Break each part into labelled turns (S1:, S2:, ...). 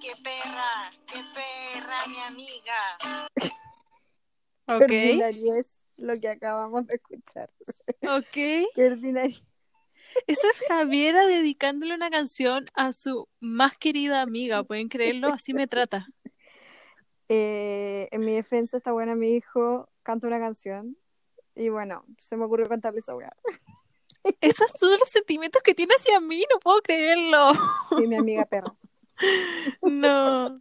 S1: qué perra, qué perra, mi amiga.
S2: Ok,
S3: Qué ordinario es lo que acabamos de escuchar.
S2: ok.
S3: Qué ordinario.
S2: Esa es Javiera dedicándole una canción a su más querida amiga, ¿pueden creerlo? Así me trata.
S3: Eh, en mi defensa, esta buena mi hijo canta una canción. Y bueno, se me ocurrió cantarle esa weá.
S2: Esos son todos los sentimientos que tiene hacia mí, no puedo creerlo.
S3: Y mi amiga perra.
S2: No.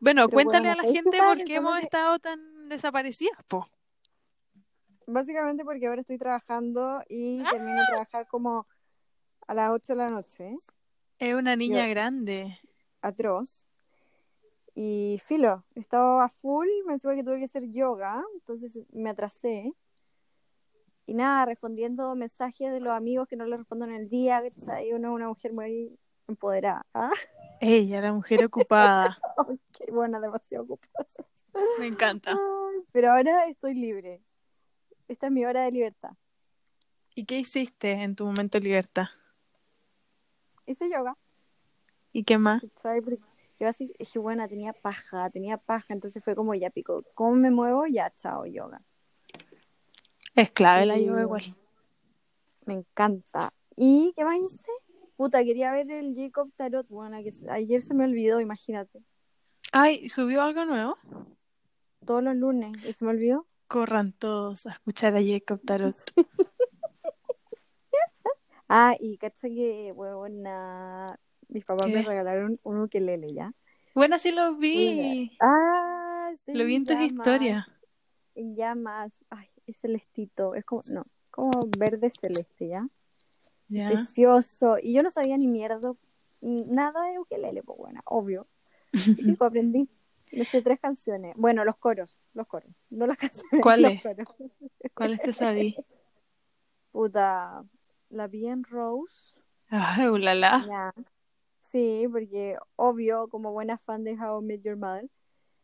S2: Bueno,
S3: Pero
S2: cuéntale
S3: bueno,
S2: a la
S3: ¿sabes qué
S2: gente
S3: pasa?
S2: por
S3: Que
S2: qué hemos
S3: entonces-
S2: estado tan desaparecidas, po.
S3: Básicamente porque ahora estoy trabajando y termino de trabajar como a las 8 de la noche.
S2: Es una niña
S3: Yo-
S2: grande.
S3: atroz. Y filo, he estado a full, me encima que tuve que hacer yoga, entonces me atrasé. Y nada, respondiendo mensajes de los amigos que no le respondo en el día, ¿cachai? Uno es una mujer muy empoderada. Ah,
S2: Ella, la mujer ocupada.
S3: Qué buena, demasiado ocupada.
S2: Me encanta.
S3: Pero ahora estoy libre. Esta es mi hora de libertad.
S2: ¿Y qué hiciste en tu momento de libertad?
S3: Hice yoga,
S2: ¿Y qué más?
S3: ¿cachai? Porque yo así, dije, bueno, tenía paja, tenía paja, entonces fue como ya pico. ¿Cómo me muevo? Ya, chao, yoga.
S2: Es clave la
S3: Y-
S2: yoga igual.
S3: Me encanta. ¿Y qué más hice? Puta, quería ver el Jacob Tarot. Bueno, que se- ayer se me olvidó, imagínate.
S2: Ay, ¿subió algo nuevo?
S3: Todos los lunes. ¿Y se me olvidó?
S2: Corran todos a escuchar a Jacob Tarot.
S3: Ah, y cacha que, huevona, mis papás
S2: ¿Qué?
S3: me regalaron un ukelele ya.
S2: Bueno, sí lo vi.
S3: Mira. Ah, estoy
S2: Lo vi en tus
S3: llamas,
S2: historias.
S3: En llamas. Ay, es celestito. Es como, no, como verde celeste, ¿ya?
S2: Ya.
S3: Precioso. Y yo no sabía ni mierda, nada de ukelele, pues bueno, obvio. Y tipo, aprendí. Me sé tres canciones. Bueno, los coros, los coros. No las canciones.
S2: ¿Cuáles?
S3: los coros.
S2: ¿Cuál es que sabí?
S3: Puta, la bien Rose.
S2: Ay, uh, ulala.
S3: Ya. Sí, porque obvio, como buena fan de How I Met Your Mother.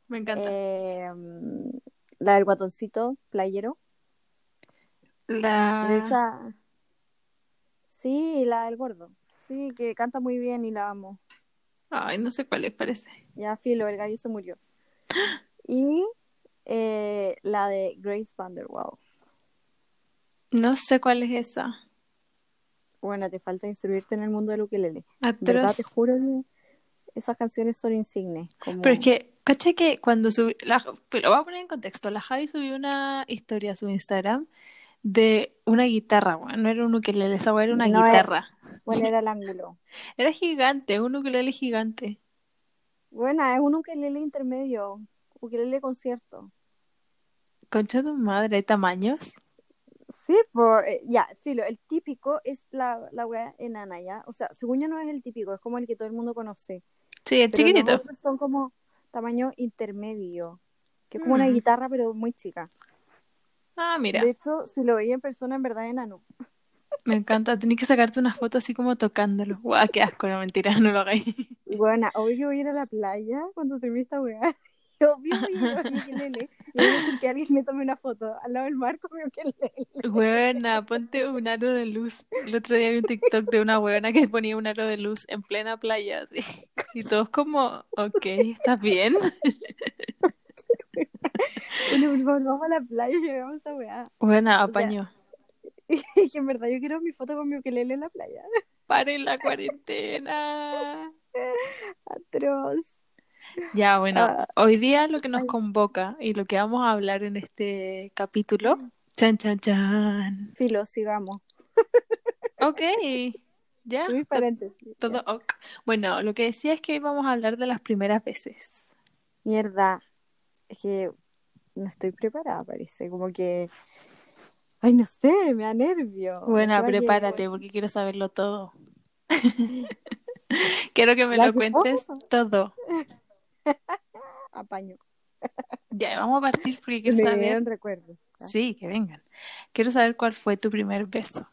S2: Me encanta.
S3: eh, mm, la del guatoncito, playero.
S2: la... Ah.
S3: De esa. Sí, la del gordo. Sí, que canta muy bien y la amo.
S2: Ay, no sé cuál les parece.
S3: Ya, filo, el gallo se murió. Y eh, la de Grace Vanderwall.
S2: No sé cuál es esa.
S3: Bueno, te falta instruirte en el mundo del ukelele. De verdad,
S2: Atroz.
S3: te juro que esas canciones son insignes. como-
S2: Pero es que, caché que cuando subí, la, pero voy a poner en contexto, la Javi subió una historia a su Instagram de una guitarra, weón. no era un ukelele, esa weá era una
S3: No, era-
S2: guitarra.
S3: ¿Cuál era el ángulo?
S2: Era gigante, un ukelele gigante.
S3: Bueno, es un ukelele intermedio, ukelele concierto.
S2: Concha de tu madre, ¿hay tamaños?
S3: Sí, por, eh, ya, filo, el típico es la, la wea enana, ¿ya? O sea, según yo no es el típico, es como el que todo el mundo conoce.
S2: Sí, el
S3: Pero los
S2: chiquitito.
S3: otros son como tamaño intermedio, que es como una
S2: Mm.
S3: guitarra, pero muy chica.
S2: Ah, mira,
S3: De hecho, si lo veía en persona, en verdad enano.
S2: me encanta. Tenés que sacarte unas fotos así como tocándolo. Guau, qué asco, no mentira, no lo hagáis.
S3: Y bueno, obvio que voy a ir a la playa cuando termine esta weá. Y obvio voy a llevar mi ukelele. Y voy a decir que alguien me tome una foto al lado del mar con mi ukelele.
S2: Huevona, ponte un aro de luz. El otro día vi un TikTok de una huevona que ponía un aro de luz en plena playa, así. Y todos como, ok, ¿estás bien?
S3: Bueno, por favor, vamos a la playa y hagamos esa weá.
S2: Buena, apaño.
S3: Y que en verdad yo quiero mi foto con mi ukelele en la playa.
S2: Paren la cuarentena.
S3: Atroz.
S2: Ya, bueno,
S3: Ah.
S2: hoy día lo que nos
S3: Ay.
S2: convoca y lo que vamos a hablar en este capítulo. Chan, chan, chan.
S3: Filo, sigamos.
S2: Ok, ya.
S3: Mis paréntesis.
S2: Ah, Todo ok. Bueno, lo que decía es que hoy vamos a hablar de las primeras veces.
S3: Mierda. Es que no estoy preparada, parece. Como que. Ay, no sé, me da nervio.
S2: Buena,
S3: Encima que-
S2: prepárate porque quiero saberlo todo. Quiero que me
S3: La
S2: lo
S3: que
S2: cuentes
S3: puedo.
S2: todo.
S3: Apaño.
S2: Ya, vamos a partir porque
S3: Que
S2: quiero
S3: me
S2: saber.
S3: dieron recuerdos.
S2: Sí, que vengan. Quiero saber cuál fue tu primer beso.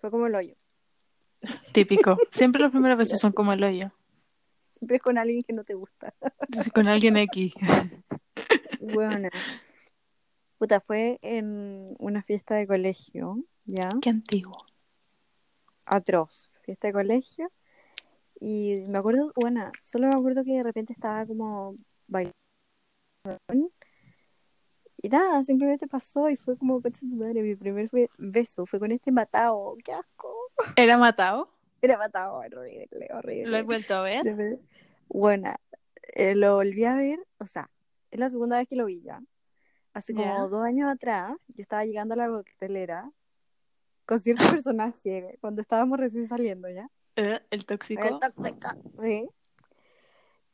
S3: Fue como el hoyo.
S2: Típico. Siempre los primeros besos son como el hoyo.
S3: Siempre es con alguien que no te gusta.
S2: Con alguien aquí.
S3: Bueno. Puta, fue en una fiesta de colegio, ¿ya?
S2: Qué antiguo.
S3: Atroz. Fiesta de colegio. Y me acuerdo, bueno, solo me acuerdo que de repente estaba como bailando. Y nada, simplemente pasó y fue como, concha de tu madre, mi primer fe- beso fue con este matado. ¡Qué asco!
S2: ¿Era matado?
S3: Era matado, horrible, horrible.
S2: ¿Lo he vuelto a ver?
S3: Le pe- Bueno, eh, lo volví a ver, o sea, es la segunda vez que lo vi ya. Hace
S2: Ya.
S3: como dos años atrás, yo estaba llegando a la coctelera con cierto personaje, eh, cuando estábamos recién saliendo ya.
S2: Eh, ¿El tóxico?
S3: Era tóxica, Sí.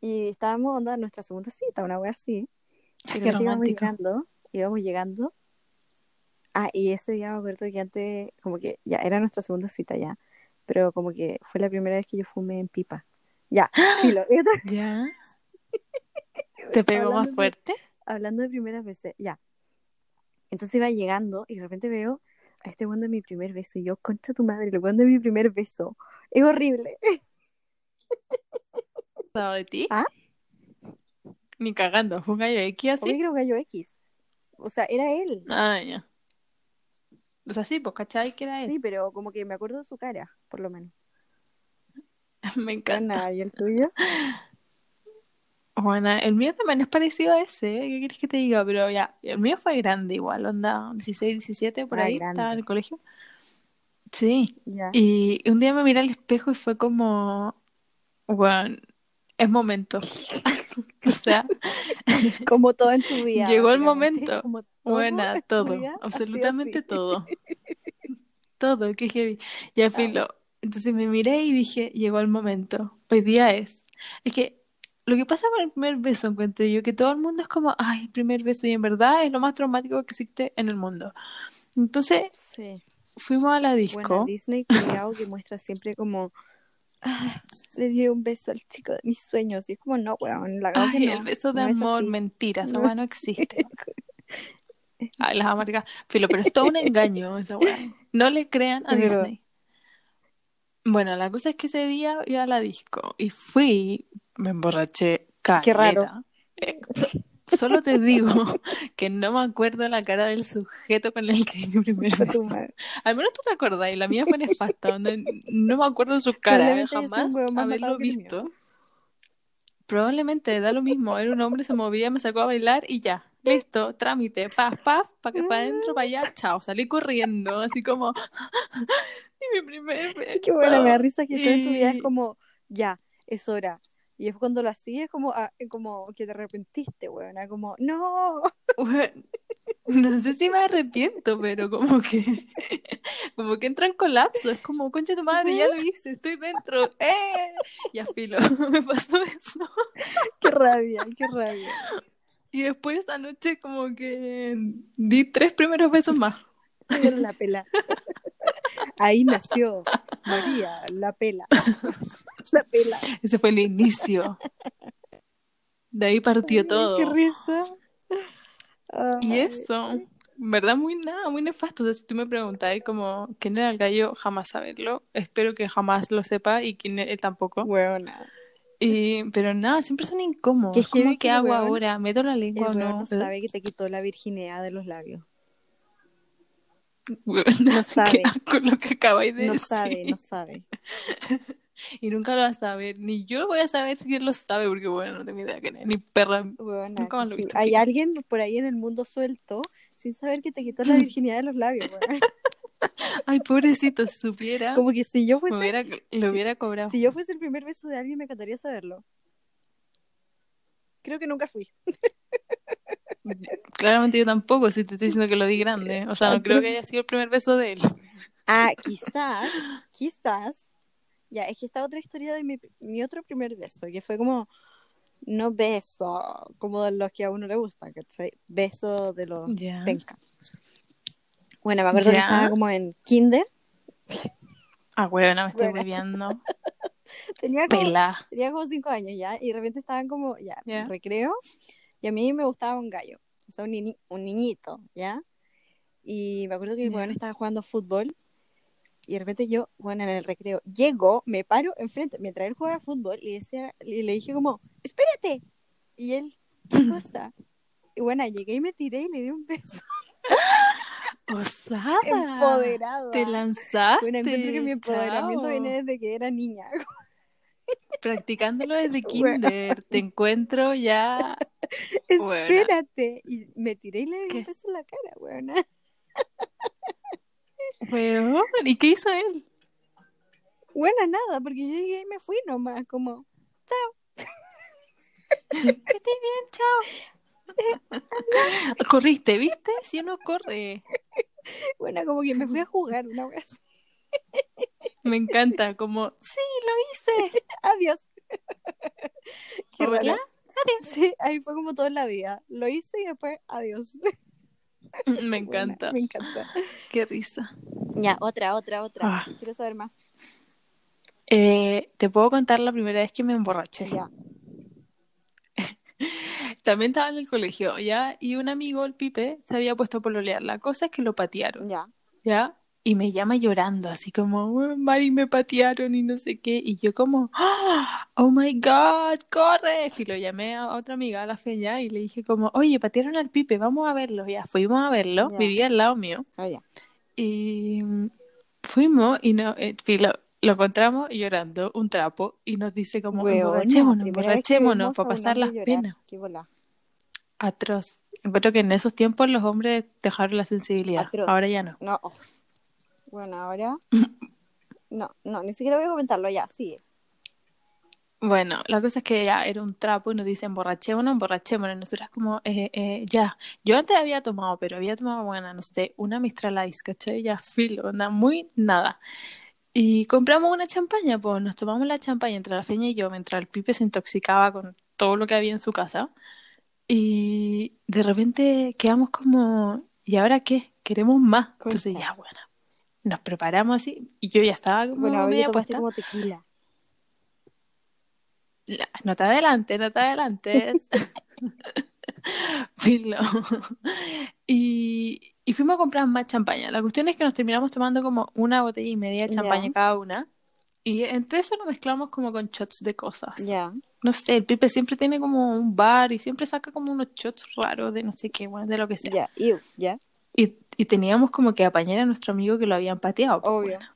S3: Y estábamos onda en nuestra segunda cita, una wea así. Y
S2: Qué
S3: realmente íbamos
S2: romántico.
S3: llegando, íbamos llegando. Ah, y ese día me acuerdo que antes, como que ya era nuestra segunda cita ya, pero como que fue la primera vez que yo fumé en pipa. Ya,
S2: ¡Ah!
S3: filo.
S2: ¿Ya? ¿Te pegó más
S3: Hablando de-
S2: fuerte?
S3: Hablando de primeras veces, ya. Entonces iba llegando y de repente veo a este weón de mi primer beso. Y yo, concha tu madre, el weón de mi primer beso. Es horrible.
S2: ¿Dado de ti?
S3: ¿Ah?
S2: Ni cagando, fue un gallo X
S3: Obvio
S2: así.
S3: que era un gallo X. O sea, era él.
S2: Ah, ya. O sea, sí, pues cachai que era él.
S3: Sí, pero como que me acuerdo de su cara, por lo menos.
S2: Me encanta.
S3: Ana, ¿y el tuyo?
S2: Bueno, el mío también es parecido a ese, ¿eh? ¿qué quieres que te diga? Pero ya, el mío fue grande igual, onda 16, 17, por
S3: Ah,
S2: ahí,
S3: grande. Ah.
S2: estaba en el colegio. Sí,
S3: Ya.
S2: y un día me miré al espejo y fue como, bueno, es momento. O sea,
S3: Como todo en tu vida.
S2: Llegó el
S3: básicamente.
S2: momento.
S3: Como todo
S2: buena,
S3: en tu
S2: todo,
S3: vida, ha sido
S2: absolutamente
S3: así.
S2: todo. Todo, qué heavy. Ya
S3: Chao.
S2: filo. Entonces me miré y dije, llegó el momento. Hoy día es. Es que lo que pasa con el primer beso, encuentro yo, que todo el mundo es como, ay, el primer beso, y en verdad es lo más traumático que existe en el mundo. Entonces
S3: Sí.
S2: fuimos a la
S3: Bueno,
S2: disco.
S3: Disney, cuidado que muestra siempre como. "Ah, le di un beso al chico de mis sueños. Y es como, no, weón, la verdad que
S2: Ay,
S3: no.
S2: el beso de
S3: no es
S2: amor,
S3: así.
S2: mentira, esa
S3: No.
S2: weá no existe. Ay, las amargas. Filo, pero es todo un engaño esa weá. No le crean a
S3: Es verdad.
S2: Disney. Bueno, la cosa es que ese día iba a la disco y fui, me emborraché
S3: Qué raro.
S2: caleta. Eh, so- solo te digo que no me acuerdo la cara del sujeto con el que di mi primer
S3: Con tu
S2: beso.
S3: madre.
S2: Al menos tú te acordás, y la mía fue nefasta, onda, no me acuerdo de su cara, eh,
S3: Probablemente yo soy un
S2: jamás
S3: huevo más matado
S2: haberlo
S3: que el mío.
S2: visto. Probablemente da lo mismo, era un hombre, se movía, me sacó a bailar y ya. Listo, trámite, paf, paf, pa' que para adentro, para allá, chao, salí corriendo, así como, y mi primer
S3: Qué buena, me da
S2: beso.
S3: risa que todo en tu vida es
S2: Y
S3: como, ya, es hora. Y es cuando lo hacías como, ah, como que te arrepentiste, weón. Como, no.
S2: Bueno, no sé si me arrepiento, pero como que como que entra en colapso, es como, concha tu madre, ya lo hice, estoy dentro, ¡eh! Ya filo, me pasó eso.
S3: Qué rabia, qué rabia.
S2: Y después esa noche como que di tres primeros besos más.
S3: Dieron la pela. Ahí nació María, la pela. La pela.
S2: Ese fue el inicio. De ahí partió
S3: Qué
S2: todo.
S3: risa.
S2: Y
S3: Ay.
S2: eso, en verdad, muy nada, muy nefasto. O sea, si tú me preguntas ¿eh? como quién era el gallo, jamás saberlo. Espero que jamás lo sepa y quién e-, él tampoco.
S3: Weona.
S2: Y, pero nada, siempre son
S3: Qué
S2: incómodos.
S3: heavy
S2: Como,
S3: que
S2: ¿qué
S3: el
S2: hago
S3: weón,
S2: ahora? ¿Meto la
S3: el
S2: lengua o
S3: weón no
S2: no? ¿Eh?
S3: sabe que te quitó la virginidad de los labios. No
S2: Weona, ¿Qué
S3: sabe,
S2: hago lo que acabáis de
S3: no sabe, no
S2: decir?
S3: sabe.
S2: Y nunca lo vas a saber. Ni yo voy a saber si él lo sabe, porque bueno, no tengo idea que ni perra.
S3: Weona,
S2: Nunca más lo he
S3: que
S2: visto en
S3: hay
S2: vida.
S3: alguien por ahí en el mundo suelto sin saber que te quitó la virginidad de los labios, weón.
S2: Ay, pobrecito, si supiera,
S3: Como que si yo
S2: me
S3: fuese,
S2: hubiera, lo hubiera cobrado.
S3: si yo fuese el primer beso de alguien, me encantaría saberlo. Creo que nunca fui.
S2: Claramente yo tampoco, si te estoy diciendo que lo di grande. O sea,
S3: Ah,
S2: no creo
S3: pero-
S2: que haya sido el primer beso de él.
S3: Ah, quizás, quizás. Ya, es que esta otra historia de mi, mi otro primer beso, que fue como, no beso, como de los que a uno le gustan, ¿cachai? Beso de los
S2: Ya.
S3: penca. Bueno, me acuerdo que estaba
S2: Ya.
S3: como en kinder.
S2: Ah, huevona, me estoy
S3: Bueno,
S2: hueviando.
S3: tenía como,
S2: Pela.
S3: tenía como cinco años ya, y de repente estaban como, ya,
S2: Ya.
S3: en recreo, y a mí me gustaba un gallo, o sea, un, niñi- un niñito, ¿ya? Y me acuerdo que el
S2: Ya.
S3: weón estaba jugando fútbol, y de repente yo, bueno, en el recreo, llego, me paro enfrente, mientras él jugaba fútbol, y, decía, y le dije como, espérate, y él, ¿qué cosa? Y bueno, llegué y me tiré y le di un beso
S2: ¡Osada!
S3: empoderada.
S2: Te Ah,
S3: Bueno, encuentro que mi
S2: lanzaste.
S3: empoderamiento
S2: Chao.
S3: viene desde que era niña.
S2: Practicándolo desde
S3: Weón.
S2: kinder. Te encuentro ya. Weona.
S3: Espérate. Y me tiré y le di
S2: ¿Qué?
S3: un beso en la cara, weona.
S2: Weón, ¿y qué hizo él?
S3: Buena nada, porque yo llegué y me fui nomás, como,
S2: Que estés bien, chao. Corriste, ¿viste? Si uno corre.
S3: buena, como que me fui a jugar una wea así.
S2: Me encanta, como, sí, lo hice.
S3: Adiós. Qué
S2: Hola.
S3: raro. Sí, ahí fue como toda la vida. Lo hice y después adiós.
S2: Me
S3: Buena,
S2: encanta,
S3: me encanta.
S2: qué risa.
S3: Ya, otra, otra, otra.
S2: Ah.
S3: Quiero saber más.
S2: Eh, Te puedo contar la primera vez que me emborraché.
S3: Ya.
S2: También estaba en el colegio, ¿ya? Y un amigo, el Pipe, se había puesto a pololear. La cosa es que lo patearon,
S3: Ya.
S2: ¿ya? Y me llama llorando, así como, "Uy, Mari, me patearon y no sé qué. Y yo como, "Ah, oh my God, corre. Y lo llamé a otra amiga, a la feña, y le dije como, oye, patearon al Pipe, vamos a verlo. Ya, fuimos a verlo,
S3: Ya.
S2: vivía al lado mío.
S3: Ah, ya.
S2: Y mm, fuimos y no, eh, sí, lo, lo encontramos llorando un trapo y nos dice como
S3: Weona,
S2: emborrachémonos,
S3: primera vez que
S2: emborrachémonos
S3: vemos
S2: para
S3: a un
S2: pasar
S3: hombre
S2: las
S3: llorar.
S2: penas.
S3: Qué bola.
S2: Atroz. Encuentro que en esos tiempos los hombres dejaron la sensibilidad.
S3: Atroz.
S2: Ahora ya no.
S3: No. oh. Bueno, ahora. No, no, ni siquiera voy a comentarlo ya, sigue.
S2: Bueno, la cosa es que ya era un trapo y nos dicen emborrachémonos, emborrachémonos. Y Nosotras como, eh, eh, ya. Yo antes había tomado, pero había tomado, buena, no sé, una Mistral Ice, ¿cachai? Ya filo, onda, muy nada. Y compramos una champaña, pues nos tomamos la champaña entre la feña y yo, mientras el pipe se intoxicaba con todo lo que había en su casa. Y de repente quedamos como, ¿y ahora qué? Queremos más. Entonces
S3: Concha.
S2: ya, bueno, nos preparamos así. Y yo ya estaba como
S3: Bueno, hoy
S2: media
S3: tomaste
S2: puesta.
S3: como tequila.
S2: La- No te adelantes, no te adelantes. Filo. Y, y fuimos a comprar más champaña. La cuestión es que nos terminamos tomando como una botella y media de
S3: Ya.
S2: champaña cada una. Y entre eso lo mezclamos como con shots de cosas.
S3: Ya.
S2: No sé, el Pipe siempre tiene como un bar y siempre saca como unos shots raros de no sé qué, bueno, de lo que sea.
S3: Ya. Iu, ya.
S2: Y, y teníamos como que apañar a nuestro amigo que lo habían pateado. pues,
S3: Obvio.
S2: bueno.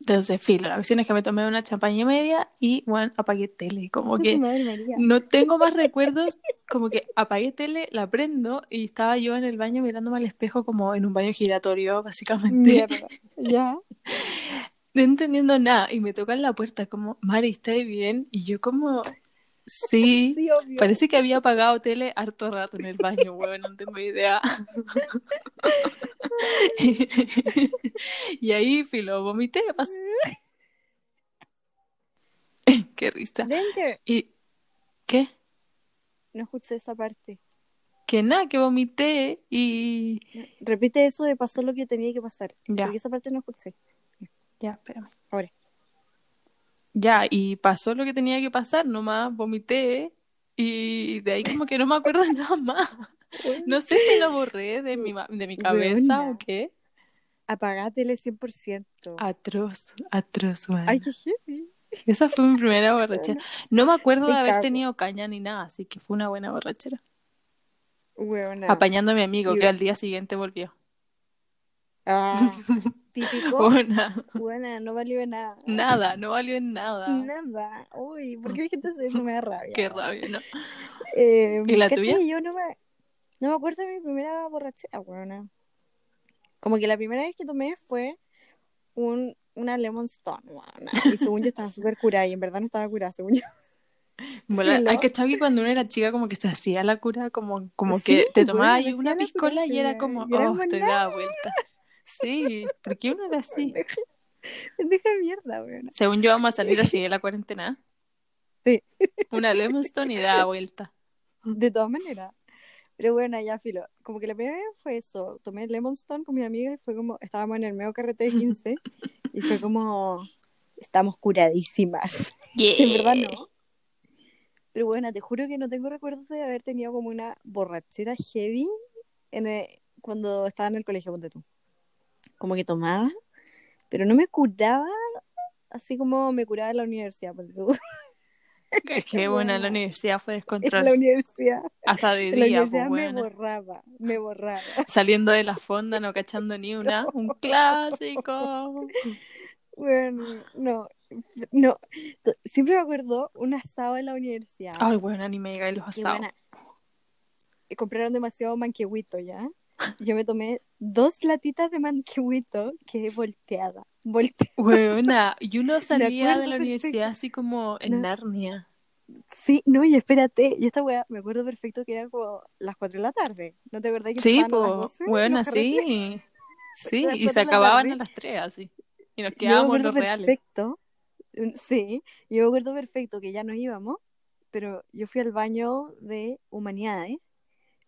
S2: Entonces, filo, la cuestión es que me tomé una champaña y media y, bueno, apagué tele. Como que
S3: Madre María.
S2: no tengo más recuerdos, como que apagué tele, la prendo y estaba yo en el baño mirándome al espejo como en un baño giratorio, básicamente,
S3: Mierda. Ya.
S2: no entendiendo nada y me tocan la puerta como, Mari, ¿estás bien? Y yo como, sí,
S3: Sí, obvio.
S2: parece que había apagado tele harto rato en el baño, weón, no tengo idea. y ahí, filo, vomité, pas- qué risa.
S3: Danger.
S2: ¿Y qué?
S3: No escuché esa parte.
S2: Que nada, que vomité y...
S3: Repite eso de pasó lo que tenía que pasar.
S2: Ya.
S3: Porque esa parte no escuché.
S2: Ya, espérame.
S3: Ahora.
S2: Ya, y pasó lo que tenía que pasar, nomás vomité y de ahí como que no me acuerdo nada más. No sé si lo borré de mi, ma- de mi cabeza
S3: Weona.
S2: o qué.
S3: Apagátele 100%.
S2: Ah. Atroz, atroz, man.
S3: Ay, qué heavy.
S2: Esa fue mi primera borrachera. No me acuerdo de
S3: Me
S2: haber
S3: cago.
S2: tenido caña ni nada, así que fue una buena borrachera.
S3: Huevona.
S2: Apañando a mi amigo
S3: Y-
S2: que al día siguiente volvió.
S3: Ah, típico.
S2: Buena.
S3: Buena, no valió de nada.
S2: Nada, no valió en nada.
S3: Nada. Uy, ¿por qué la gente hace eso? Me da rabia.
S2: Qué rabia, ¿no?
S3: Eh,
S2: ¿Y la
S3: ¿cachai?
S2: tuya?
S3: Yo no me, no me acuerdo de mi primera borrachera, weona. Como que la primera vez que tomé fue un, una Lemon Stone, weona. Y según yo estaba súper curada, y en verdad no estaba curada, según yo.
S2: Bueno,
S3: Filo.
S2: hay cachado que cuando uno era chica como que se hacía la cura, como, como
S3: Sí, pues,
S2: que te
S3: bueno,
S2: tomaba
S3: me
S2: ahí una
S3: hacía la cura,
S2: piscola y era
S3: sí,
S2: como,
S3: y era
S2: oh,
S3: como
S2: estoy
S3: nada.
S2: dada vuelta. Sí, porque uno era así.
S3: Deja mierda, weona.
S2: Según yo vamos a salir así de la cuarentena.
S3: Sí.
S2: Una Lemonstone y dada vuelta.
S3: De todas maneras. Pero bueno, ya filo. Como que la primera vez fue eso. Tomé Lemon Stone con mi amiga y fue como, estábamos en el medio carrete de 15 y fue como, estamos curadísimas. En verdad no. Pero bueno, te juro que no tengo recuerdos de haber tenido como una borrachera heavy en el- cuando estaba en el colegio, ponte tú. Como que tomaba, pero no me curaba así como me curaba en la universidad, ponte tú.
S2: Qué, qué buena, la universidad fue
S3: En la
S2: descontrol.
S3: universidad.
S2: Hasta de
S3: En la
S2: día,
S3: universidad
S2: pues
S3: me
S2: bueno.
S3: borraba, me borraba.
S2: Saliendo de la fonda, no cachando ni una. Un clásico.
S3: Bueno, no, No, t- siempre me acuerdo un asado en la universidad.
S2: Ay, bueno, ni me diga los
S3: Qué
S2: asados.
S3: buena. Y compraron demasiado manquehuito ya. Yo me tomé dos latitas de manquehuito que volteada. Volte-
S2: Buena. Yo no salía
S3: acuerdo
S2: de la
S3: perfecto.
S2: universidad así como en
S3: No.
S2: Narnia.
S3: Sí, no, y espérate. Y esta weá, me acuerdo perfecto que era como las 4 de la tarde. ¿No te acordás que
S2: Sí,
S3: empezaban a las
S2: po.
S3: 12
S2: Buena,
S3: los carretes?
S2: sí. Sí,
S3: Las
S2: y se
S3: cuatro de la
S2: acababan
S3: tarde.
S2: a las tres, así. Y nos
S3: Yo me
S2: quedábamos en
S3: acuerdo
S2: los reales.
S3: perfecto. mm, Sí, yo me acuerdo perfecto que ya nos íbamos, pero yo fui al baño de humanidades.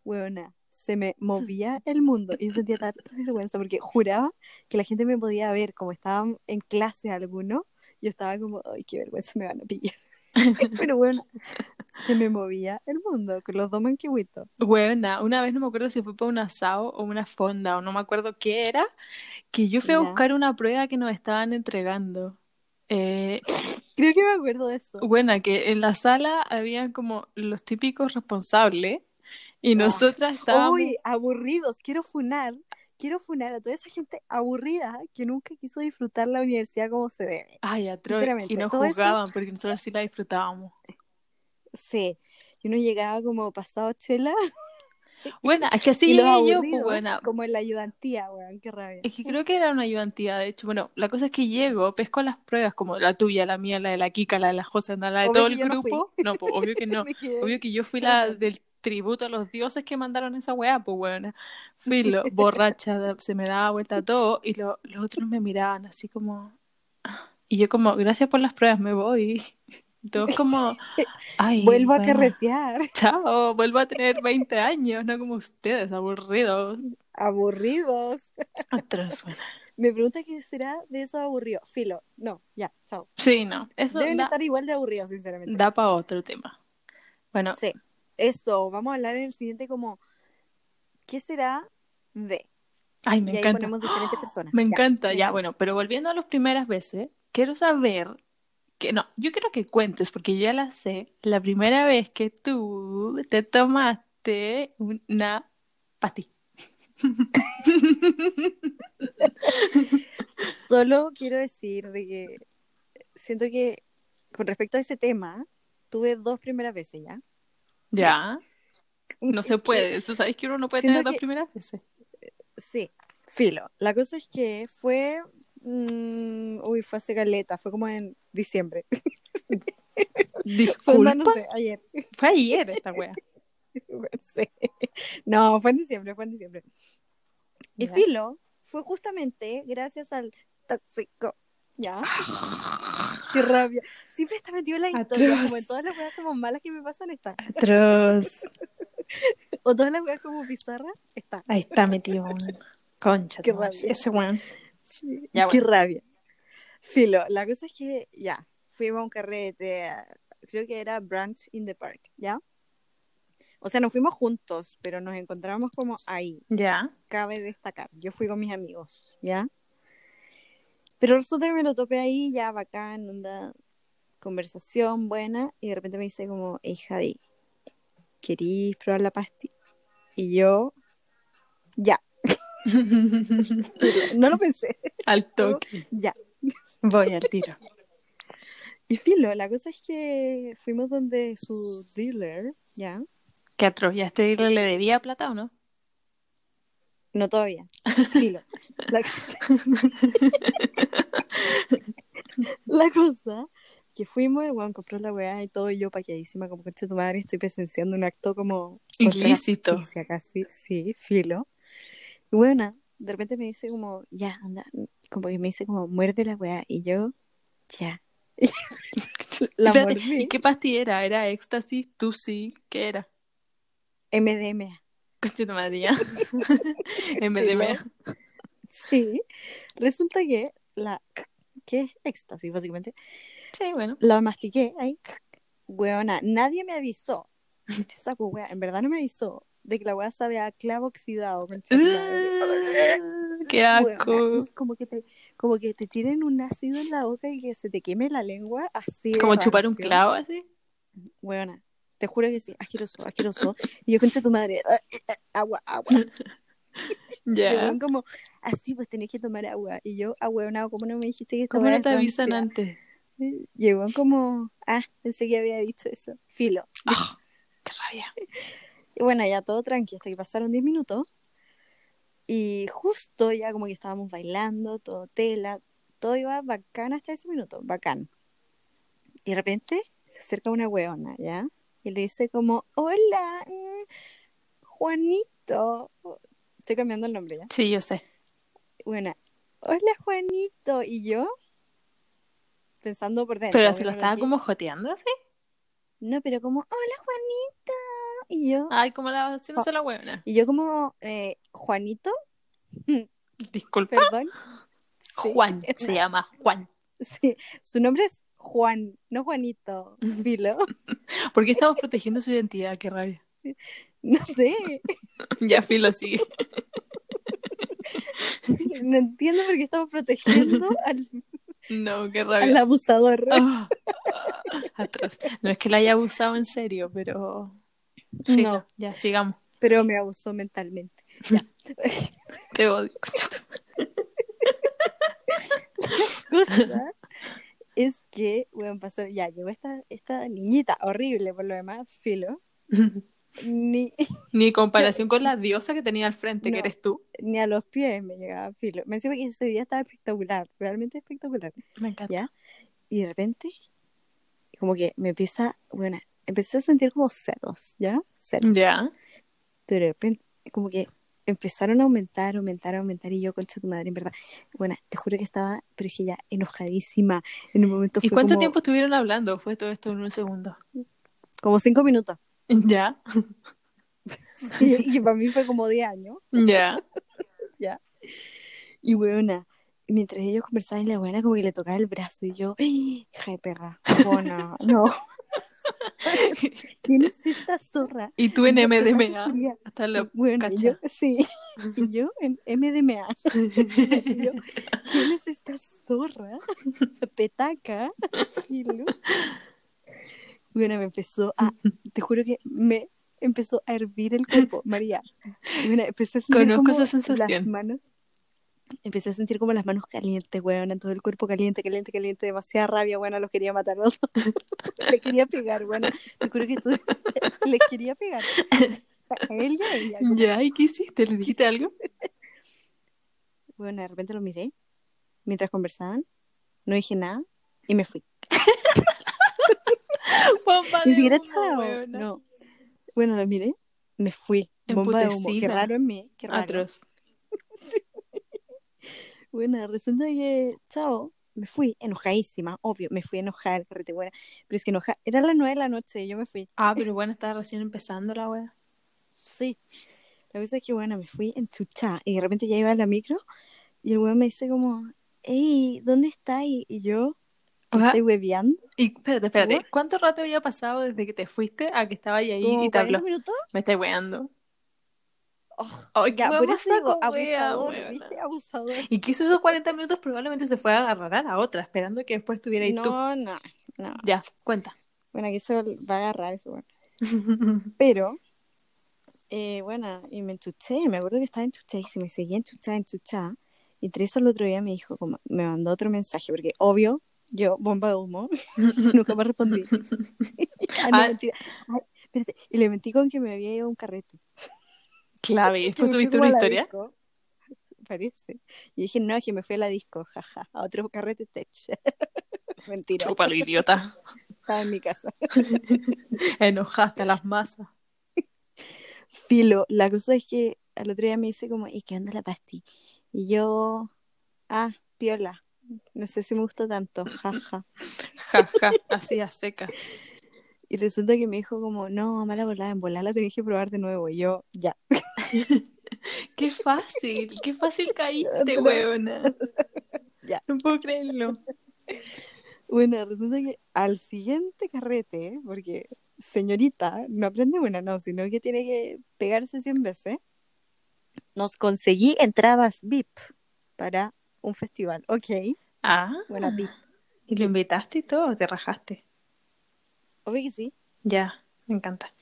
S3: Huevona, se me movía el mundo y yo sentía tanta vergüenza porque juraba que la gente me podía ver, como estaban en clase algunos, yo estaba como, ay, qué vergüenza me van a pillar. pero bueno, se me movía el mundo con los dos manquihuitos.
S2: Buena. Una vez no me acuerdo si fue para un asado o una fonda o no me acuerdo qué era, que yo fui a
S3: Ya.
S2: buscar una prueba que nos estaban entregando. Eh,
S3: Creo que me acuerdo de eso.
S2: Buena, que en la sala habían como los típicos responsables y
S3: Ah.
S2: nosotras estábamos...
S3: Uy, aburridos, quiero funar, quiero funar a toda esa gente aburrida que nunca quiso disfrutar la universidad como se debe.
S2: Ay, atroz, y
S3: Sinceramente,
S2: nos
S3: todo eso-
S2: juzgaban porque nosotros sí la disfrutábamos.
S3: Sí, y uno llegaba como pasado chela
S2: Buena, es que así
S3: y los
S2: llegué yo, pues
S3: aburridos,
S2: buena.
S3: como en la ayudantía, weón, qué rabia.
S2: Es que creo que era una ayudantía, de hecho. Bueno, la cosa es que llego, pesco las pruebas como la tuya, la mía, la de la Kika, la de la José, la de
S3: Obvio
S2: todo
S3: que
S2: el
S3: yo no fui.
S2: grupo. No, pues obvio que no.
S3: Me quedé-
S2: Obvio que yo fui la
S3: Claro.
S2: del tributo a los dioses que mandaron esa weá, pues buena. Filo, borracha, da- se me daba vuelta todo y lo- los otros me miraban así como... Y yo como, gracias por las pruebas, me voy. Y Todos como, ay,
S3: Vuelvo a
S2: buena,
S3: carretear,
S2: Chao, vuelvo a tener 20 años, no como ustedes, aburridos.
S3: aburridos.
S2: Otros, bueno.
S3: Me pregunta qué será de esos aburridos. Filo, no, ya, chao.
S2: Sí, no, eso
S3: Deben
S2: da,
S3: estar igual de aburridos, sinceramente.
S2: para otro tema. Bueno,
S3: Sí. Esto, vamos a hablar en el siguiente como, ¿qué será de?
S2: ay, me
S3: y ahí
S2: encanta. ¡Ah!
S3: ponemos diferentes personas.
S2: Me
S3: Ya,
S2: encanta,
S3: me
S2: ya, bueno, pero volviendo a las primeras veces, quiero saber que, no, yo quiero que cuentes, porque yo ya la sé, la primera vez que tú te tomaste una pastilla.
S3: Solo quiero decir de que siento que con respecto a ese tema, tuve dos primeras veces ya.
S2: Ya, no se puede, tú sabes que uno no puede
S3: Siento
S2: tener dos
S3: que-
S2: primeras veces.
S3: Sí, filo. La cosa es que fue, mm, uy, fue hace caleta, fue como en diciembre. Fue,
S2: Disculpa,
S3: onda, no sé, ayer.
S2: fue ayer esta wea.
S3: Bueno, sí. No, fue en diciembre, fue en diciembre. Y
S2: Ya.
S3: Filo fue justamente gracias al tóxico. ¿Ya? Qué rabia. Siempre está metido en la historia,
S2: Atroz.
S3: como en todas las weas como malas que me pasan, está.
S2: Atroz,
S3: O todas las weas como bizarras, está.
S2: ahí está metido un concha.
S3: Qué
S2: tu madre,
S3: rabia.
S2: Ese weón. Ya,
S3: Qué rabia. Filo, la cosa es que ya, fuimos a un carrete, creo que era Brunch in the Park, ¿ya? O sea, nos fuimos juntos, pero nos encontramos como ahí.
S2: Ya.
S3: cabe destacar. Yo fui con mis amigos, ¿ya? Pero resulta que me lo topé ahí, ya bacán, onda, conversación buena, y de repente me dice como, hey Javi, ¿querís probar la pasti? Y yo, ya, no lo pensé,
S2: al toque.
S3: ya.
S2: Voy al tiro.
S3: Y filo, la cosa es que fuimos donde su dealer, ¿ya?
S2: Qué atroz. ¿Ya este dealer le debía plata o no?
S3: No todavía, filo. La cosa, la cosa que fuimos, el weón compró la weá y todo, y yo paqueadísima, como concha de tu madre, estoy presenciando un acto como contra la
S2: Ilícito.
S3: justicia casi, sí, filo. Y bueno, de repente me dice como, ya, anda, como que me dice como, muerde la weá, y yo, ya. La
S2: Espérate,
S3: mordí.
S2: ¿Y qué pastilla era? ¿Era éxtasis? ¿Tú sí? ¿Qué era?
S3: MDMA.
S2: Concha tu madre ya. MDMA.
S3: Sí. Resulta que la, que es éxtasis, básicamente,
S2: Sí, bueno.
S3: la mastiqué ahí. Weona, nadie me avisó. Este saco, wea, en verdad no me avisó de que la weá sabe a clavo oxidado. concha de tu madre.
S2: Ah, Qué
S3: Weona,
S2: asco.
S3: es como que te, como que te tienen un ácido en la boca y que se te queme la lengua así. de
S2: Como chupar un
S3: rancio.
S2: clavo así.
S3: Weona, te juro que sí, asqueroso, asqueroso. Y yo concha tu madre, ah, agua, agua. Y el
S2: Ya.
S3: weón como, así pues tenés que tomar agua. Y yo, ah, weona, ¿cómo no me dijiste que esta
S2: ¿Cómo
S3: weá
S2: no
S3: es
S2: te avisan
S3: rancia?
S2: antes?
S3: Llegó como, ah, pensé que había dicho eso. Filo.
S2: Ah, ¡Qué rabia!
S3: Y bueno, ya todo tranqui, hasta que pasaron 10 minutos. Y justo ya como que estábamos bailando, todo tela, todo iba bacán hasta ese minuto, bacán. Y de repente se acerca una weona, ¿ya? Y le dice como, hola, mm, Juanito. Estoy cambiando el nombre ya.
S2: Sí, yo sé.
S3: Buena, hola, Juanito. Y yo, pensando por dentro.
S2: Pero se lo
S3: obviamente,
S2: estaba como joteando así.
S3: No, pero como, hola, Juanito. Y yo,
S2: Ay, como la haciéndose la huevona.
S3: y yo como, eh, Juanito,
S2: Disculpa.
S3: perdón. Sí,
S2: Ah. Juan,
S3: es
S2: se
S3: más,
S2: llama Juan.
S3: Sí, su nombre es Juan, no Juanito. Filo.
S2: ¿Por qué estamos protegiendo su identidad? Qué rabia.
S3: No sé,
S2: Ya filo sigue.
S3: no entiendo por qué estamos protegiendo al,
S2: No, qué
S3: al
S2: rabia.
S3: abusador.
S2: Ah, ah, atroz. No es que la haya abusado en serio, pero. Filo,
S3: No.
S2: ya sigamos.
S3: Pero me abusó mentalmente.
S2: Te odio.
S3: Cosa es que, bueno, pasó, ya llegó esta, esta niñita horrible por lo demás, filo. Ni,
S2: Ni comparación con la diosa que tenía al frente,
S3: No.
S2: que eres tú.
S3: ni a los pies me llegaba filo. Me decía que ese día estaba espectacular, realmente espectacular.
S2: Me encanta.
S3: Ya. Y de repente, como que me empieza, bueno, empecé a sentir como celos, ¿ya? Celos.
S2: Ya. Mm.
S3: Pero de repente, como que empezaron a aumentar, aumentar, aumentar. Y yo, concha tu madre, en verdad. Bueno, te juro que estaba, pero es que ya enojadísima. En un momento
S2: ¿Y
S3: fue
S2: cuánto
S3: como-
S2: tiempo estuvieron hablando? Fue todo esto en un segundo.
S3: Como cinco minutos.
S2: Ya.
S3: Y, y para mí fue como diez años.
S2: Ya.
S3: Y weona, mientras ellos conversaban, la buena como que le tocaba el brazo. Y yo, ¡ay, hija de perra! Bueno, no. ¿Quién es esta zorra?
S2: Y tú en
S3: Y yo,
S2: MDMA.
S3: "Julia".
S2: Hasta lo
S3: Bueno, y yo,
S2: cacha.
S3: sí. Y yo en MDMA. Y yo, ¿quién es esta zorra? Petaca. Filo. Bueno, me empezó a, te juro que me empezó a hervir el cuerpo, María. Bueno, empecé a sentir
S2: Conozco
S3: como
S2: esa sensación.
S3: las manos. Empecé a sentir como las manos calientes, weón, en todo el cuerpo caliente, caliente, caliente, demasiada rabia, bueno, los quería matar. los dos. Le quería pegar, bueno, te juro que tú les quería pegar. A él y a ella. como-
S2: Ya, ¿y qué hiciste? ¿Le dijiste algo?
S3: Bueno, de repente lo miré mientras conversaban, no dije nada y me fui.
S2: Bomba
S3: Ni
S2: Ah, de
S3: siquiera
S2: humo,
S3: chao.
S2: weona.
S3: No. Bueno, lo miré, me fui. Bomba de humo. Qué
S2: Emputecida.
S3: raro en mí, qué raro.
S2: Atroz.
S3: Bueno, resulta que, chao, me fui enojadísima, obvio, me fui a enojar, carrete, buena. Pero es que enoja, era las nueve de la noche y yo me fui.
S2: Ah, pero bueno, estaba recién empezando la wea.
S3: Sí. La cosa es que, bueno, me fui en chucha y de repente ya iba a la micro y el weón me dice como, hey, ¿dónde estáis? Y yo, "¿Me
S2: Oja,
S3: ¿estoy hueveando?
S2: Y espérate, espérate.
S3: ¿What?
S2: ¿Cuánto rato había pasado desde que te fuiste a que estaba ahí
S3: Como
S2: y te habló?
S3: 40 minutos?
S2: Me estáis weando.
S3: Oh,
S2: Ay, qué
S3: ya,
S2: wea
S3: por
S2: más
S3: eso digo,
S2: saco wea,
S3: abusador,
S2: weona.
S3: ¿viste? Abusador.
S2: Y que hizo esos 40 minutos probablemente se fue a agarrar a la otra, esperando que después estuviera ahí tú.
S3: No, no, no.
S2: Ya, cuenta.
S3: Bueno, aquí se va a agarrar eso, bueno. Pero, eh, bueno, y me enchuché, me acuerdo que estaba enchuchada y se me seguía enchuchada, enchuchada. Y entre eso el otro día me dijo, como, me mandó otro mensaje, porque obvio, yo, bomba de humo, nunca me respondí. ah, no,
S2: Ah.
S3: mentira. Ay, espérate, y le mentí con que me había ido a un carrete.
S2: Clave. ¿Y
S3: Que me
S2: Después
S3: fui
S2: subiste
S3: como
S2: una
S3: a la
S2: historia.
S3: disco, Parece. Y dije, no, que me fui a la disco, jaja, a otro carrete tech. mentira,
S2: Chúpalo, idiota.
S3: estaba en mi casa.
S2: Enojaste a las masas.
S3: Filo, la cosa es que al otro día me dice como, ¿y qué onda la pasti? Y yo, ah, piola, no sé si me gusta tanto, jaja.
S2: Jaja, así a seca.
S3: Y resulta que me dijo como, no, mala volada, en volada la tenés que probar de nuevo. Y yo, ya.
S2: Qué fácil, qué fácil caíste,
S3: Pero-
S2: huevona.
S3: Ya.
S2: No puedo creerlo.
S3: Bueno, resulta que al siguiente carrete, ¿eh? porque señorita, no aprende una, no, sino que tiene que pegarse 100 veces, nos conseguí entradas VIP para un festival. Ok,
S2: Ah,
S3: buena VIP.
S2: y lo invitaste y todo, te rajaste.
S3: Obvio que sí.
S2: Ya, me encanta.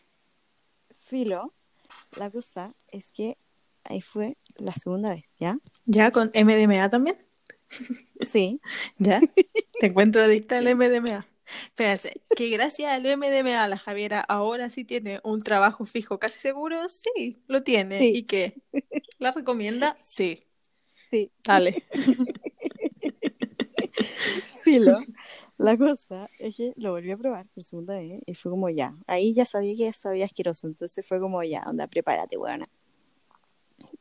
S3: Filo, la cosa es que ahí fue la segunda vez, ¿ya?
S2: ¿Ya con MDMA también?
S3: Sí.
S2: ¿Ya? Te encuentro adicta al MDMA. Espérense, que gracias al MDMA la Javiera ahora sí tiene un trabajo fijo casi seguro, sí, lo tiene.
S3: Sí.
S2: ¿Y qué? ¿La recomienda? Sí.
S3: Sí.
S2: Dale.
S3: Filo. La cosa es que lo volví a probar por segunda vez y fue como ya. Ahí ya sabía que sabía asqueroso, entonces fue como ya, onda, prepárate, weona.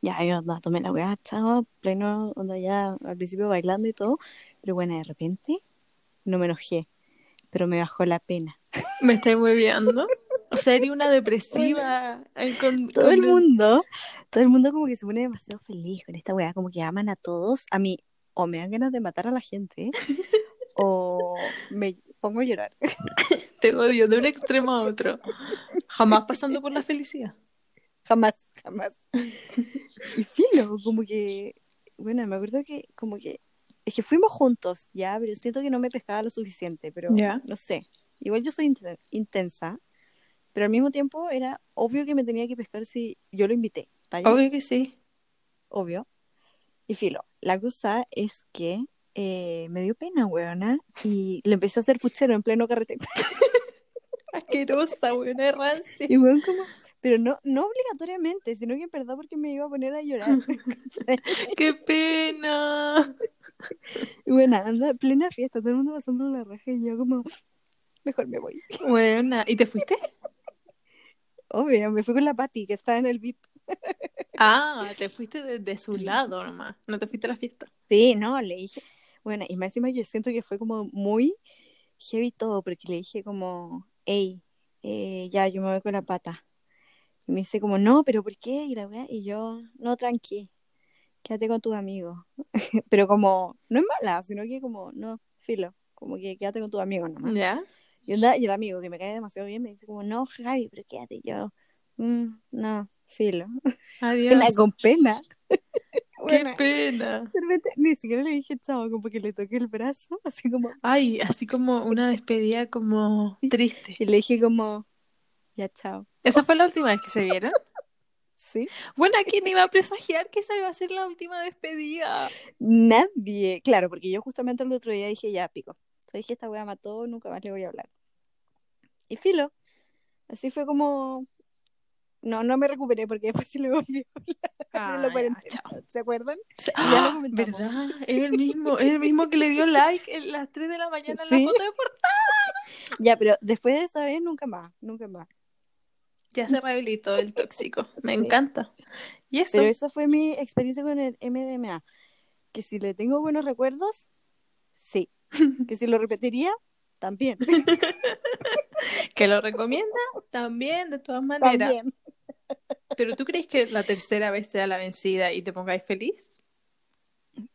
S3: Ya, yo onda, tomé la weá, estaba pleno, onda ya al principio bailando y todo, pero bueno, de repente no me enojé, pero me bajó la pena.
S2: Me estoy moviendo. O sea, eres una depresiva. eh, con-
S3: Todo el
S2: con-
S3: mundo, todo el mundo como que se pone demasiado feliz con esta weá, como que aman a todos. A mí, o me dan ganas de matar a la gente, o me pongo a llorar.
S2: Te odio de un extremo a otro. Jamás pasando por la felicidad.
S3: Jamás, jamás. Y filo, como que, bueno, me acuerdo que como que, es que fuimos juntos, ya, pero siento que no me pescaba lo suficiente, pero
S2: Ya.
S3: no sé. Igual yo soy inten- intensa, pero al mismo tiempo era obvio que me tenía que pescar si yo lo invité, ¿talla?
S2: Obvio que sí.
S3: obvio. Y filo, la cosa es que eh, me dio pena, weona, y le empecé a hacer puchero en pleno carrete.
S2: Asquerosa, buena rancia.
S3: Y weón como, pero no, no obligatoriamente, sino que en verdad porque me iba a poner a llorar.
S2: ¡Qué pena!
S3: Y bueno, anda, plena fiesta, todo el mundo pasando la raja y yo como, mejor me voy.
S2: Buena. ¿Y te fuiste?
S3: Obvio, me fui con la Pati, que estaba en el VIP.
S2: Ah, te fuiste de, de su lado nomás. No te fuiste a la fiesta.
S3: Sí, no, le dije, bueno, y más encima yo siento que fue como muy heavy todo, porque le dije como, hey, ya, yo me voy con la pata. Y me dice como, no, pero ¿por qué? Y la weá, y yo, no, tranqui, quédate con tus amigos. pero como, no es mala, sino que como, no, filo, como que quédate con tus amigos nomás.
S2: ¿Ya?
S3: Y, onda- y el amigo que me cae demasiado bien me dice como, no, Javi, pero quédate. Y yo, "Mm, no, filo.
S2: Adiós.
S3: Pena con pena.
S2: ¡Qué
S3: Bueno,
S2: pena!
S3: de repente ni siquiera le dije chao, como que le toqué el brazo, así como,
S2: Ay, así como una despedida como triste.
S3: y le dije como, ya chao.
S2: ¿Esa fue la última vez que se vieron?
S3: ¿Sí?
S2: Bueno, ¿quién iba a presagiar que esa iba a ser la última despedida?
S3: Nadie, claro, porque yo justamente el otro día dije, ya, pico. Entonces dije, esta wea mató, nunca más le voy a hablar. Y filo, así fue como, no, no me recuperé porque después sí le volví a hablar en la
S2: Ah, ya,
S3: cuarentena,
S2: chao.
S3: ¿se acuerdan?
S2: Se-
S3: Ya lo
S2: ¡Ah!
S3: comentamos.
S2: ¿Verdad? Es el mismo, es el mismo que le dio like en las 3 de la mañana en
S3: Sí.
S2: la foto de portal.
S3: Ya, pero después de esa vez, nunca más, nunca más.
S2: Ya se rehabilitó el tóxico. Me
S3: Sí.
S2: encanta. Y eso,
S3: Pero esa fue mi experiencia con el MDMA. Que si le tengo buenos recuerdos, sí. Que si lo repetiría, también.
S2: que lo recomienda también, de todas maneras.
S3: también.
S2: ¿Pero tú crees que la tercera vez sea la vencida y te pongáis feliz?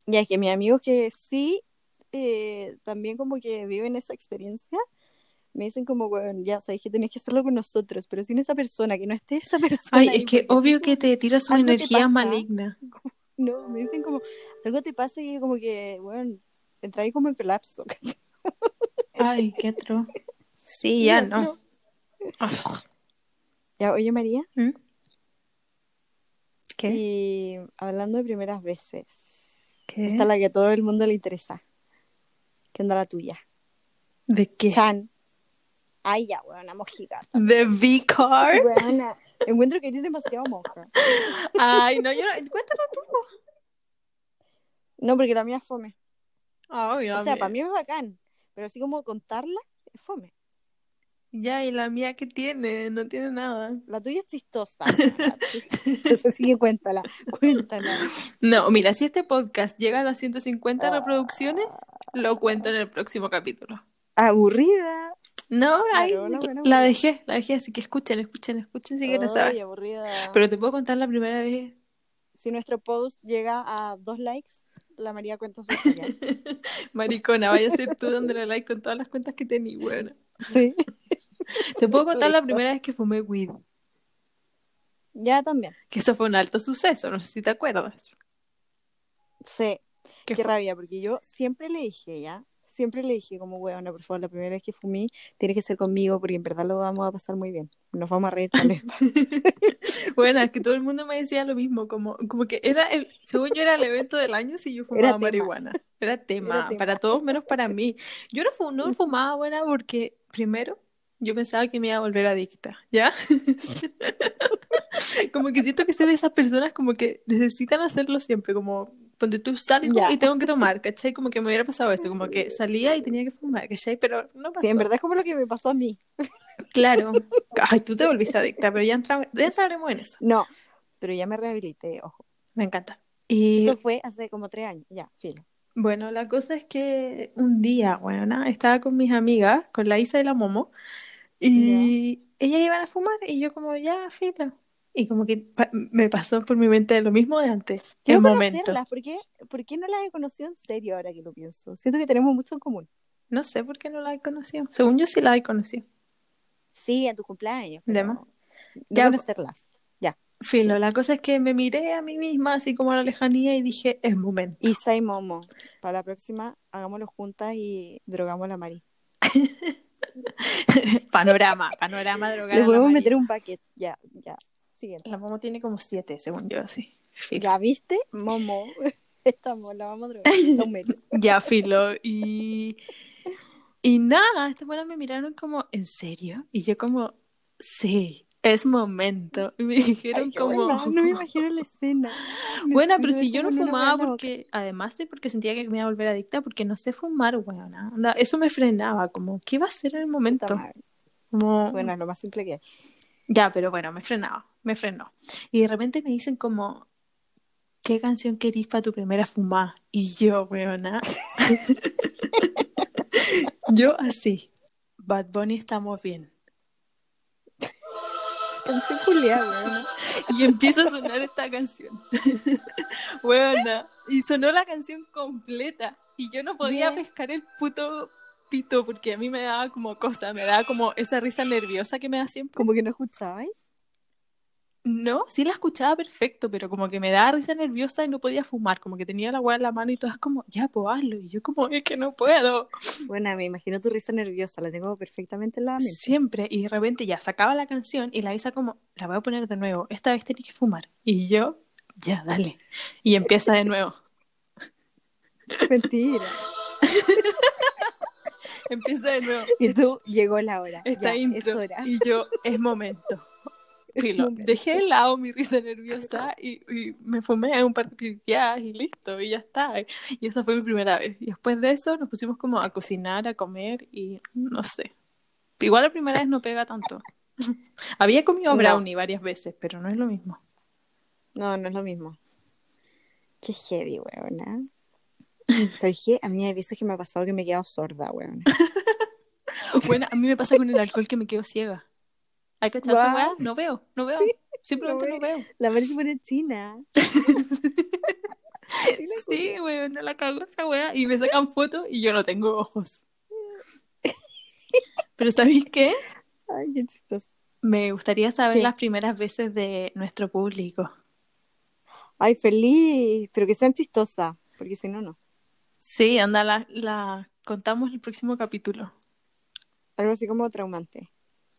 S3: Ya que mis amigos que sí, eh, también como que viven esa experiencia, me dicen como, bueno, ya sabéis que tenés que hacerlo con nosotros, pero sin esa persona, que no esté esa persona.
S2: Ay,
S3: ahí,
S2: es que
S3: porque-
S2: obvio que te tiras su
S3: Algo te
S2: energía
S3: pasa.
S2: maligna.
S3: No, me dicen como, algo te pasa y como que, bueno, entráis como en colapso.
S2: Ay, qué atroz. Sí, ya no. Ah,
S3: Ya, oye María,
S2: ¿Mm? ¿Qué?
S3: y hablando de primeras veces.
S2: ¿Qué?
S3: Esta es la que a todo el mundo le interesa. ¿Qué onda la tuya?
S2: ¿De qué?
S3: Chan. Ay, ya, weona, mojigata.
S2: ¿De V-Card?
S3: Weona, encuentro que eres demasiado moja.
S2: Ay, no, yo no. Cuéntalo tú.
S3: No, porque la mía es fome.
S2: Ay,
S3: O
S2: a
S3: sea,
S2: ver.
S3: para mí es bacán. Pero así como contarla, es fome.
S2: Ya, y la mía que tiene, no tiene nada.
S3: La tuya es chistosa. weona. Entonces sí que cuéntala. Cuéntala.
S2: No, mira, si este podcast llega a las 150 reproducciones, lo cuento en el próximo capítulo.
S3: Aburrida.
S2: No, ahí
S3: Claro, no, bueno, Oh,
S2: la
S3: bueno.
S2: dejé, la dejé, así que escuchen, escuchen, escuchen, si quieren saber.
S3: Ay, aburrida.
S2: Pero te puedo contar la primera vez.
S3: Si nuestro post llega a dos likes, la María cuenta su historia.
S2: Maricona, vaya a ser tú dándole like con todas las cuentas que tení, bueno.
S3: Sí.
S2: Te puedo contar la
S3: Listo.
S2: primera vez que fumé weed,
S3: Ya también.
S2: que eso fue un alto suceso, no sé si te acuerdas.
S3: Sí.
S2: Que
S3: Qué
S2: fue-
S3: rabia, porque yo siempre le dije, ya, siempre le dije como, weona, por favor, la primera vez que fumí, tienes que ser conmigo porque en verdad lo vamos a pasar muy bien. Nos vamos a reír también.
S2: Bueno, es que todo el mundo me decía lo mismo, como, como que era el, según yo era el evento del año si yo fumaba
S3: Era tema.
S2: marihuana. Era tema,
S3: Era tema.
S2: para todos menos para mí. Yo no, fu- no fumaba buena porque, primero, yo pensaba que me iba a volver adicta, ¿ya? como que siento que soy de esas personas como que necesitan hacerlo siempre, como donde tú salgo
S3: Ya.
S2: y tengo que tomar, ¿cachai? Como que me hubiera pasado eso, como que salía y tenía que fumar, ¿cachai? Pero no pasó.
S3: Sí, en verdad es como lo que me pasó a mí.
S2: Claro. Ay, tú te volviste adicta, pero ya, entra- ya entraremos en eso.
S3: No, pero ya me rehabilité, ojo.
S2: Me encanta. Y
S3: Eso fue hace como tres años, ya, filo.
S2: Bueno, la cosa es que un día, bueno, estaba con mis amigas, con la Isa y la Momo, y ellas iban a fumar y yo como ya, fila. Y como que pa- me pasó por mi mente lo mismo de antes,
S3: Quiero
S2: el momento.
S3: conocerlas, ¿por qué, por qué no las he conocido en serio ahora que lo pienso? Siento que tenemos mucho en común.
S2: No sé por qué no la he conocido. Según yo sí la he conocido.
S3: Sí, en tu cumpleaños. pero
S2: De más.
S3: No
S2: Ya,
S3: conocerlas. Ya.
S2: Filo, la cosa es que me miré a mí misma así como a la lejanía y dije, es momento.
S3: Isa y Momo, para la próxima hagámoslo juntas y drogamos a la Mari.
S2: Panorama, panorama drogar a
S3: Le
S2: la
S3: podemos
S2: Mari.
S3: meter un paquete. Ya, ya. Siguiente.
S2: La Momo tiene como siete, según yo, así. Filo.
S3: ¿Ya viste? Momo. Estamos, la vamos a drogar. Está un mérito.
S2: Ya, filo. Y, y nada, estas buenas me miraron como, ¿en serio? Y yo como, sí, es momento. Y me dijeron
S3: Ay, qué
S2: como,
S3: buena, no me imagino la escena. Me-
S2: buena,
S3: me
S2: pero si
S3: deja
S2: yo no
S3: con una
S2: fumaba
S3: regla en la boca.
S2: porque, además de porque sentía que me iba a volver adicta, porque no sé fumar, weona. Onda, eso me frenaba, como, ¿qué va a ser en el
S3: Puta
S2: momento?
S3: madre.
S2: Como,
S3: Bueno, es lo más simple que hay.
S2: ya, pero bueno, me frenaba, me frenó. Y de repente me dicen como, ¿qué canción querís para tu primera fumada? Y yo, weona. yo así. Bad Bunny, estamos bien.
S3: Canción culiada, weón.
S2: Y empieza a sonar esta canción. Buena. Y sonó la canción completa. Y yo no podía
S3: Bien.
S2: pescar el puto pito porque a mí me daba como cosa, me daba como esa risa nerviosa que me da siempre.
S3: Como que no escuchaba, ¿eh?
S2: No, sí la escuchaba perfecto, pero como que me daba risa nerviosa y no podía fumar, como que tenía la weá en la mano y todas como, ya, pues hazlo. Y yo como, es que no puedo.
S3: Bueno, me imagino tu risa nerviosa, la tengo perfectamente en la mente.
S2: Siempre, y de repente ya sacaba la canción y la Isa como, la voy a poner de nuevo, esta vez tenés que fumar. Y yo, ya, dale. Y empieza de nuevo.
S3: Mentira.
S2: Empieza de nuevo.
S3: Y tú, llegó la hora.
S2: Esta
S3: ya,
S2: intro.
S3: Es hora.
S2: Y yo, es momento.
S3: Es
S2: Filo,
S3: momento.
S2: dejé de lado mi risa nerviosa y, y me fumé un par de pipiás y listo, y ya está. Y esa fue mi primera vez. Y después de eso nos pusimos como a cocinar, a comer y no sé. Igual la primera vez no pega tanto. Había comido
S3: No.
S2: brownie varias veces, pero no es lo mismo.
S3: No, no es lo mismo. Qué heavy, weona. ¿Sabes qué? A mí hay veces que me ha pasado que me he quedado sorda, weona.
S2: Bueno, a mí me pasa con el alcohol que me quedo ciega. ¿Hay que echarse
S3: Guau.
S2: weá? No veo, no veo. Simplemente
S3: no
S2: no veo.
S3: La Mari se pone china.
S2: Sí, weón, no la cago esa weá. Y me sacan fotos y yo no tengo ojos. Pero ¿sabéis qué?
S3: Ay, qué chistoso.
S2: Me gustaría saber
S3: ¿Qué?
S2: las primeras veces de nuestro público.
S3: Ay, feliz. Pero que sean chistosas, porque si no, no.
S2: Sí, anda, la, la contamos el próximo capítulo.
S3: Algo así como traumante.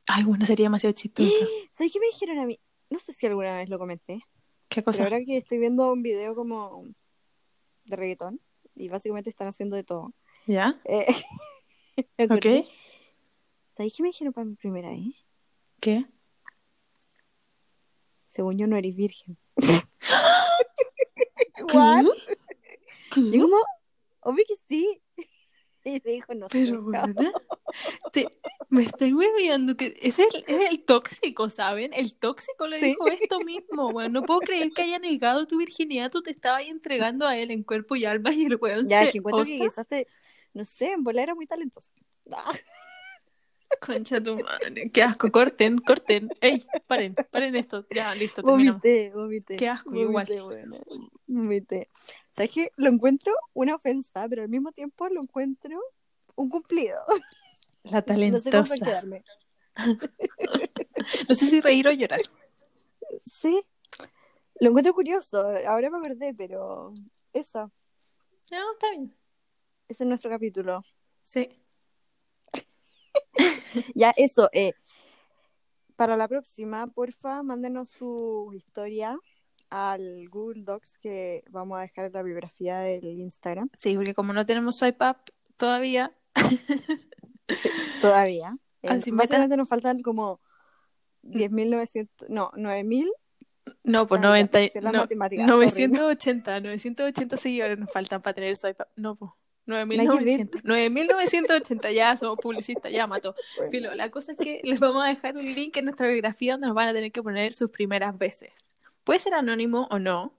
S2: Ay, bueno, sería demasiado chistoso.
S3: ¿Sabes qué me dijeron a mí? No sé si alguna vez lo comenté,
S2: ¿Qué
S3: pero
S2: cosa?
S3: ahora que estoy viendo un video como de reggaetón y básicamente están haciendo de todo.
S2: ¿Ya?
S3: Eh, me
S2: ¿Ok?
S3: acordé. ¿Sabes qué me dijeron para mi primera vez?
S2: ¿Qué?
S3: Según yo no eres virgen.
S2: ¿Qué?
S3: Y yo como, obvio que sí. Y me dijo, no sé.
S2: Pero, weona, te- me estoy hueviando que es el, es el tóxico, ¿saben? El tóxico le
S3: Sí.
S2: dijo esto mismo, weón. No puedo creer que haya negado tu virginidad, tú te estabas ahí entregando a él en cuerpo y alma y el weón
S3: Ya,
S2: se
S3: que encuentro que
S2: osa.
S3: quizás te, no sé, en bola era muy talentosa. Ah,
S2: Concha tu madre, qué asco, corten, corten. Ey, paren, paren esto. Ya, listo, terminamos.
S3: vomité, vomité.
S2: Qué asco,
S3: vomité,
S2: igual.
S3: bueno, vomité. ¿Sabes qué? Lo encuentro una ofensa, pero al mismo tiempo lo encuentro un cumplido.
S2: La
S3: No sé cómo
S2: talentosa.
S3: quedarme.
S2: No sé si reír o llorar.
S3: Sí, lo encuentro curioso. Ahora me acordé, pero eso.
S2: No, está bien.
S3: Ese es nuestro capítulo.
S2: Sí.
S3: Ya, eso. eh, para la próxima, porfa, mándenos su historia al Google Docs que vamos a dejar en la biografía del Instagram
S2: Sí, porque como no tenemos swipe up todavía,
S3: todavía. Eh,
S2: Así
S3: básicamente nos faltan como 10.900, no, 9.000.
S2: no, pues
S3: Ah, ya,
S2: 90,
S3: hice las
S2: no,
S3: matemáticas,
S2: 980, 980 seguidores nos faltan para tener swipe up. No, pues. 9.900, 9.980, ya somos publicistas, ya mató.
S3: Bueno,
S2: Filo, la cosa es que les vamos a dejar un link en nuestra biografía donde nos van a tener que poner sus primeras veces. Puede ser anónimo o no,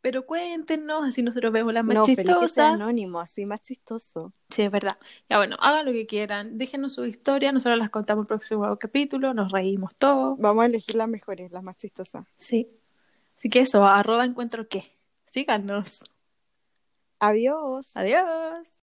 S2: pero cuéntenos, así nosotros vemos las más
S3: no, feliz que sea
S2: chistosas.
S3: anónimo, así más chistoso.
S2: Sí, es verdad. Ya bueno, hagan lo que quieran, déjenos su historia, nosotros las contamos el próximo capítulo, nos reímos todos.
S3: Vamos a elegir las mejores, las más chistosas.
S2: Sí. Así que eso, arroba encuentro qué. Síganos.
S3: Adiós.
S2: Adiós.